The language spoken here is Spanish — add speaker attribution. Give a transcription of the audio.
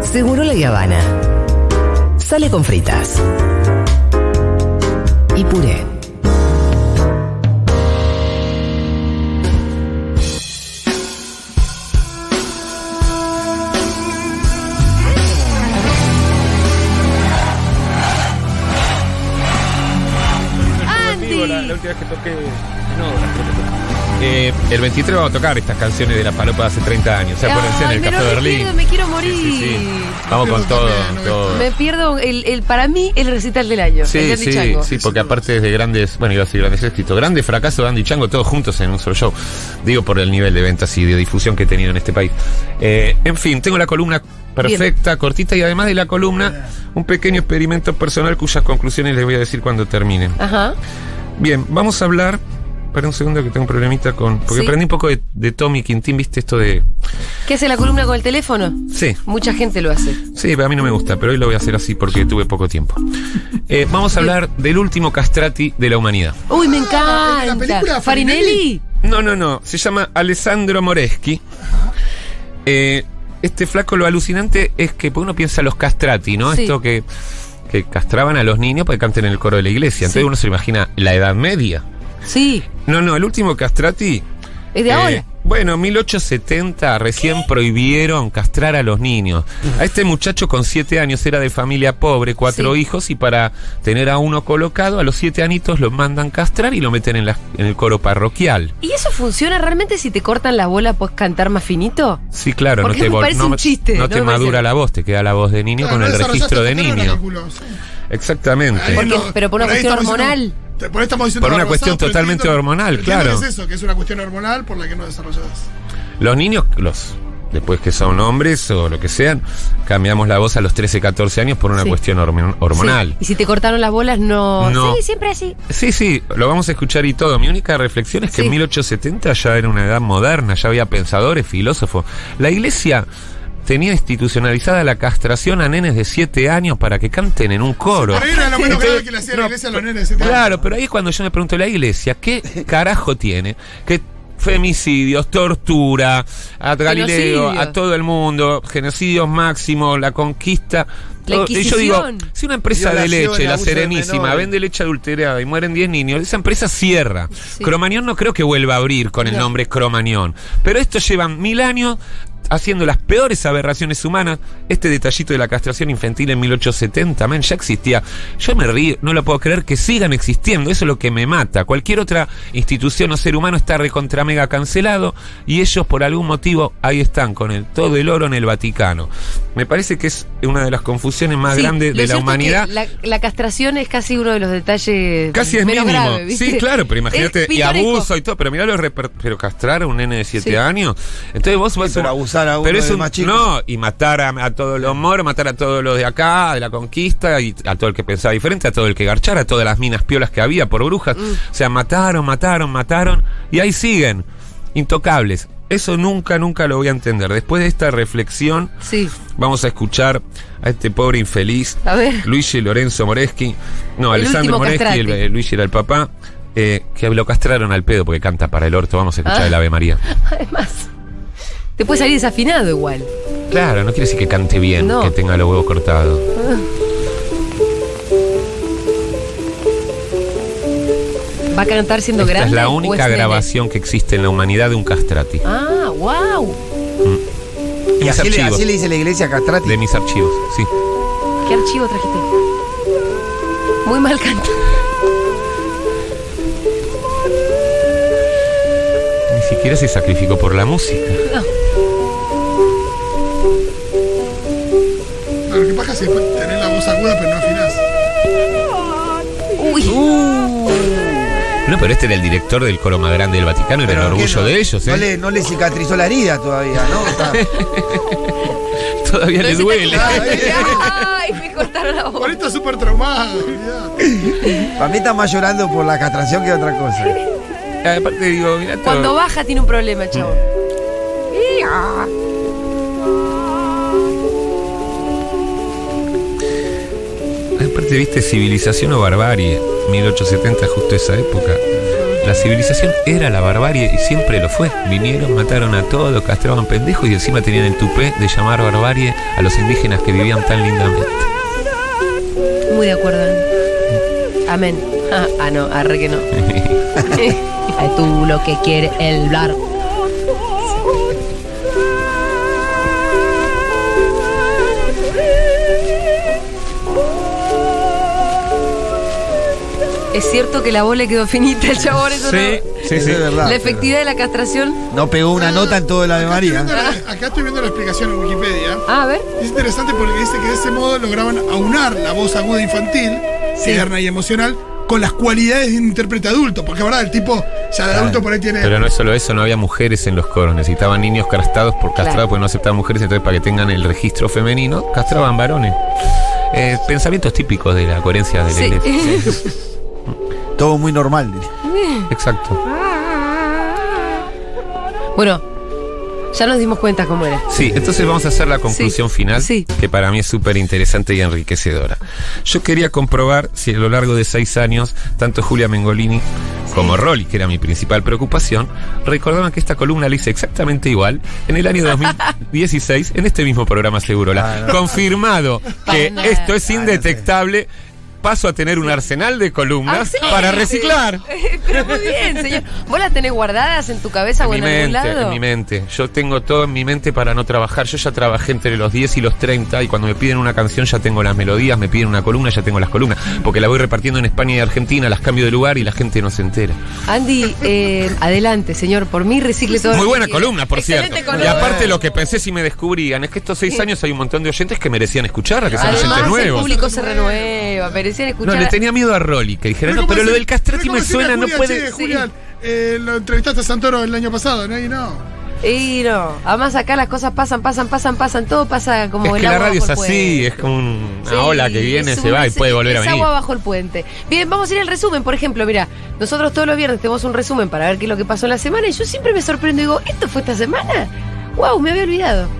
Speaker 1: Seguro la Habana. Sale con fritas. Y puré.
Speaker 2: Andy.
Speaker 3: La, la última vez que toqué en obras, creo que toqué.
Speaker 4: Eh, el 23 vamos a tocar estas canciones de la palopa de hace 30 años. ¿Se acuérdense en
Speaker 2: Ay,
Speaker 4: el
Speaker 2: me
Speaker 4: Café
Speaker 2: lo
Speaker 4: Berlín?
Speaker 2: pierdo, me quiero morir.
Speaker 4: Sí, sí, sí. Vamos con todo. todo.
Speaker 2: Me pierdo el, el- para mí el recital del año. el de
Speaker 4: Sí,
Speaker 2: Andy
Speaker 4: sí,
Speaker 2: Chango.
Speaker 4: sí, porque aparte es de grandes, bueno, iba a decir grandes éxitos, grandes fracasos de Andy Chango, todos juntos en un solo show. Digo por el nivel de ventas y de difusión que he tenido en este país. Eh, en fin, tengo la columna perfecta, cortita y además de la columna, un pequeño experimento personal cuyas conclusiones les voy a decir cuando termine.
Speaker 2: Ajá.
Speaker 4: Bien, vamos a hablar. Para un segundo que tengo un problemita con. Porque
Speaker 2: Sí.
Speaker 4: aprendí un poco de, de Tommy Quintín, ¿viste esto de.?
Speaker 2: ¿Qué hace la columna con el teléfono?
Speaker 4: Sí.
Speaker 2: Mucha gente lo hace.
Speaker 4: Sí, pero a mí no me gusta, pero hoy lo voy a hacer así porque tuve poco tiempo. Eh, vamos a hablar del último castrati de la humanidad.
Speaker 2: Uy, me
Speaker 5: ¿el de Ah, la
Speaker 2: encanta.
Speaker 5: película
Speaker 2: Farinelli.
Speaker 5: Farinelli?
Speaker 4: No, no, no. Se llama Alessandro Moreschi. Eh, este flaco, lo alucinante es que pues, uno piensa los castrati, ¿no?
Speaker 2: Sí.
Speaker 4: Esto que, que castraban a los niños para que canten en el coro de la iglesia. Entonces
Speaker 2: Sí.
Speaker 4: uno se imagina la Edad Media.
Speaker 2: Sí.
Speaker 4: No, no, el último castrati
Speaker 2: Es de
Speaker 4: Eh,
Speaker 2: ahora.
Speaker 4: Bueno, 1870 recién prohibieron castrar a los niños. A este muchacho con siete años era de familia pobre, cuatro
Speaker 2: Sí.
Speaker 4: hijos, y para tener a uno colocado, a los siete anitos lo mandan castrar y lo meten en, la- en el coro parroquial.
Speaker 2: ¿Y eso funciona realmente si te cortan la bola puedes cantar más finito?
Speaker 4: Sí, claro,
Speaker 2: Porque
Speaker 4: no te,
Speaker 2: me
Speaker 4: vol-
Speaker 2: parece
Speaker 4: no
Speaker 2: un
Speaker 4: ma-
Speaker 2: chiste,
Speaker 4: no
Speaker 2: no
Speaker 4: te
Speaker 2: me parece-
Speaker 4: madura la voz, te queda la voz de niño
Speaker 5: Claro,
Speaker 4: con
Speaker 5: no
Speaker 4: el
Speaker 5: desarrollaste
Speaker 4: registro de
Speaker 5: tu cerebro,
Speaker 4: niño.
Speaker 5: Ángulo, sí.
Speaker 4: Exactamente.
Speaker 2: Porque-
Speaker 5: no,
Speaker 2: pero por una
Speaker 5: ahí
Speaker 2: cuestión
Speaker 5: estamos diciendo-
Speaker 2: hormonal.
Speaker 5: te- por ahí estamos diciendo
Speaker 4: Por una
Speaker 5: barrabasadas,
Speaker 4: cuestión
Speaker 5: pero
Speaker 4: totalmente
Speaker 5: entiendo-
Speaker 4: hormonal,
Speaker 5: entiendo
Speaker 4: claro.
Speaker 5: que es eso, que es una cuestión hormonal por la que no desarrollás.
Speaker 4: Los niños, los después que son hombres o lo que sean, cambiamos la voz a los 13, 14 años por una
Speaker 2: Sí.
Speaker 4: cuestión hormon- hormonal.
Speaker 2: Sí. Y si te cortaron las bolas, no.
Speaker 4: No.
Speaker 2: Sí, siempre así.
Speaker 4: Sí, sí, lo vamos a escuchar y todo. Mi única reflexión es
Speaker 2: Sí.
Speaker 4: que en 1870 ya era una edad moderna, ya había pensadores, filósofos. La iglesia tenía institucionalizada la castración a nenes de 7 años para que canten en un coro.
Speaker 5: Pero ahí era lo menos
Speaker 4: Entonces,
Speaker 5: grave que le hacía la
Speaker 4: no,
Speaker 5: iglesia a los nenes. ¿sí?
Speaker 4: Claro, pero ahí es cuando yo me pregunto, la iglesia, ¿qué carajo tiene? Que femicidios, tortura, a Galileo,
Speaker 2: Genocidio.
Speaker 4: a todo el mundo, genocidios máximos, la conquista.
Speaker 2: La
Speaker 4: todo. Y yo digo,
Speaker 2: Inquisición.
Speaker 4: si una empresa de
Speaker 3: Violación,
Speaker 4: leche, la
Speaker 3: abuso de
Speaker 4: Serenísima,
Speaker 3: menores.
Speaker 4: vende leche adulterada y mueren 10 niños, esa empresa cierra. Cromañón no creo que vuelva a abrir con el nombre Cromañón. Pero esto llevan mil años haciendo las peores aberraciones humanas. Este detallito de la castración infantil en 1870, man, ya existía. Yo me río, no lo puedo creer que sigan existiendo. Eso es lo que me mata. Cualquier otra institución o ser humano está recontra mega cancelado y ellos por algún motivo ahí están con el, todo el oro en el Vaticano. Me parece que es una de las confusiones más
Speaker 2: Sí,
Speaker 4: grandes
Speaker 2: lo
Speaker 4: de la
Speaker 2: cierto
Speaker 4: humanidad.
Speaker 2: es que La, la castración es casi uno de los detalles.
Speaker 4: Casi es
Speaker 2: menos
Speaker 4: mínimo.
Speaker 2: grave, ¿viste?
Speaker 4: sí, claro, pero imagínate.
Speaker 2: Es
Speaker 4: Y
Speaker 2: pintoresco.
Speaker 4: abuso y todo. Pero mirá los reper- Pero castrar a un nene de 7
Speaker 2: Sí.
Speaker 4: años. Entonces vos vas
Speaker 3: pero abusar a uno
Speaker 4: Pero es
Speaker 3: de
Speaker 4: un.
Speaker 3: más chico.
Speaker 4: No, y matar a, a todos los moros, matar a todos los de acá, de la conquista, y a todo el que pensaba diferente, a todo el que garchara, a todas las minas piolas que había por brujas.
Speaker 2: Mm.
Speaker 4: O sea, mataron, mataron, mataron. Y ahí siguen. Intocables. Eso nunca, nunca lo voy a entender. Después de esta reflexión.
Speaker 2: Sí.
Speaker 4: Vamos a escuchar a este pobre infeliz,
Speaker 2: A ver.
Speaker 4: Luigi Lorenzo Moreschi. No,
Speaker 2: El
Speaker 4: Alessandro
Speaker 2: último
Speaker 4: Moreschi, el-
Speaker 2: castrati.
Speaker 4: el Luigi era el papá, eh, que lo castraron al pedo porque canta para el orto. Vamos a escuchar
Speaker 2: Ah.
Speaker 4: el Ave María.
Speaker 2: Además, te puede salir desafinado igual.
Speaker 4: Claro, no quiere decir que cante bien,
Speaker 2: No.
Speaker 4: que tenga los huevos cortados.
Speaker 2: Va a cantar siendo
Speaker 4: Esta es
Speaker 2: grande.
Speaker 4: la
Speaker 2: o
Speaker 4: única
Speaker 2: nene?
Speaker 4: grabación que existe en la humanidad de un castrati.
Speaker 2: Ah, wow.
Speaker 3: Y
Speaker 4: Mis
Speaker 3: así le,
Speaker 4: archivos.
Speaker 3: así le dice la iglesia a Castrati.
Speaker 4: De mis archivos, sí.
Speaker 2: ¿Qué archivo trajiste? Muy mal canta.
Speaker 4: Ni siquiera se sacrificó por la música.
Speaker 5: No, Lo que pasa es que después tenés la voz aguda, pero no afinás.
Speaker 2: Uy.
Speaker 4: Uh, No, pero este era el director del coro más grande del Vaticano, era
Speaker 3: Pero
Speaker 4: el
Speaker 3: que
Speaker 4: orgullo
Speaker 3: no-
Speaker 4: de ellos,
Speaker 3: No
Speaker 4: ¿eh?
Speaker 3: le, no le cicatrizó la herida todavía, ¿no? Está-
Speaker 4: Todavía le
Speaker 2: Pero se
Speaker 4: duele.
Speaker 2: está quejando. Ay, me cortaron la voz.
Speaker 5: Por está súper traumada. olvidá.
Speaker 3: para mí está más llorando por la castración que otra cosa.
Speaker 4: Aparte digo, mirá todo.
Speaker 2: Cuando baja tiene un problema, chavo.
Speaker 4: Aparte, viste, civilización o barbarie, 1870, justo esa época. La civilización era la barbarie y siempre lo fue. Vinieron, mataron a todos, castraban pendejos y encima tenían el tupé de llamar barbarie a los indígenas que vivían tan lindamente. Mm.
Speaker 2: Muy de acuerdo. Amén. Ah, ah, no, arre que no. Ay, Tú lo que quiere el hablar. Es cierto que la voz le quedó finita al chabón, eso
Speaker 4: Sí,
Speaker 2: no.
Speaker 4: sí,
Speaker 3: Eso
Speaker 4: sí.
Speaker 3: es verdad.
Speaker 2: La efectividad de la castración.
Speaker 3: No pegó una nota en todo el Ave
Speaker 5: Acá estoy
Speaker 3: María.
Speaker 5: viendo la- Acá estoy viendo la explicación en Wikipedia.
Speaker 2: Ah, a ver.
Speaker 5: Es interesante porque dice que de ese modo lograban aunar la voz aguda infantil, tierna y emocional, con las cualidades de un intérprete adulto. Porque, verdad, el tipo, ya de adulto por ahí tiene.
Speaker 4: Pero no es solo eso, no había mujeres en los coros. Necesitaban niños castrados por castrados
Speaker 2: Claro.
Speaker 4: porque no aceptaban mujeres, entonces para que tengan el registro femenino, castraban varones. Eh, pensamientos típicos de la coherencia de la
Speaker 2: Sí.
Speaker 4: iglesia.
Speaker 3: Todo muy normal.
Speaker 4: Exacto.
Speaker 2: Bueno, ya nos dimos cuenta cómo era.
Speaker 4: Sí, entonces vamos a hacer la conclusión
Speaker 2: Sí,
Speaker 4: final,
Speaker 2: sí.
Speaker 4: que para mí es súper interesante y enriquecedora. Yo quería comprobar si a lo largo de seis años, tanto Julia Mengolini como Rolly, que era mi principal preocupación, recordaban que esta columna la hice exactamente igual en el año 2016, en este mismo programa Segurola. Confirmado
Speaker 2: Para
Speaker 4: que
Speaker 2: nada.
Speaker 4: esto es indetectable. Paso a tener un arsenal de columnas
Speaker 2: Axel.
Speaker 4: para reciclar.
Speaker 2: Ah, Pero muy bien, señor. ¿Vos las tenés guardadas en tu cabeza
Speaker 4: En
Speaker 2: o
Speaker 4: mi
Speaker 2: en algún
Speaker 4: mente,
Speaker 2: lado?
Speaker 4: en mi mente. Yo tengo todo en mi mente para no trabajar. Yo ya trabajé entre los 10 y los 30 y cuando me piden una canción ya tengo las melodías, me piden una columna, ya tengo las columnas. Porque la voy repartiendo en España y Argentina, las cambio de lugar y la gente no se entera.
Speaker 2: Andy, eh, adelante, señor. Por mí recicle todo.
Speaker 4: Muy
Speaker 2: lo que
Speaker 4: buena
Speaker 2: quiera.
Speaker 4: columna, por
Speaker 2: Excelente
Speaker 4: cierto.
Speaker 2: columna.
Speaker 4: Y aparte lo que pensé si me descubrían es que estos seis años hay un montón de oyentes que merecían escucharla, que son
Speaker 2: Además,
Speaker 4: oyentes
Speaker 2: el
Speaker 4: nuevos.
Speaker 2: público se renueva. Merecían
Speaker 4: No,
Speaker 2: escuchar.
Speaker 4: le tenía miedo a Rolly, que dijeron,
Speaker 5: es
Speaker 4: no,
Speaker 5: como
Speaker 4: pero lo
Speaker 5: decir-
Speaker 4: del castrati
Speaker 5: no es como
Speaker 4: me
Speaker 5: decirle a
Speaker 4: suena, no
Speaker 5: Julián,
Speaker 4: puede...
Speaker 5: "Che, Julián, eh, lo entrevistaste a Santoro el año pasado, ¿no? Y no.
Speaker 2: Y no. Además, acá las cosas pasan, pasan, pasan, pasan. Todo pasa como
Speaker 4: Es
Speaker 2: el
Speaker 4: que la
Speaker 2: agua
Speaker 4: radio es
Speaker 2: bajo el
Speaker 4: así,
Speaker 2: puente.
Speaker 4: es como una
Speaker 2: Sí,
Speaker 4: ola que viene,
Speaker 2: es
Speaker 4: se
Speaker 2: un-
Speaker 4: va y
Speaker 2: es-
Speaker 4: puede volver a
Speaker 2: es
Speaker 4: venir.
Speaker 2: agua bajo el puente. Bien, vamos a ir al resumen, por ejemplo, mira, nosotros todos los viernes tenemos un resumen para ver qué es lo que pasó en la semana y yo siempre me sorprendo y digo, ¿esto fue esta semana? ¡Wow! Me había olvidado.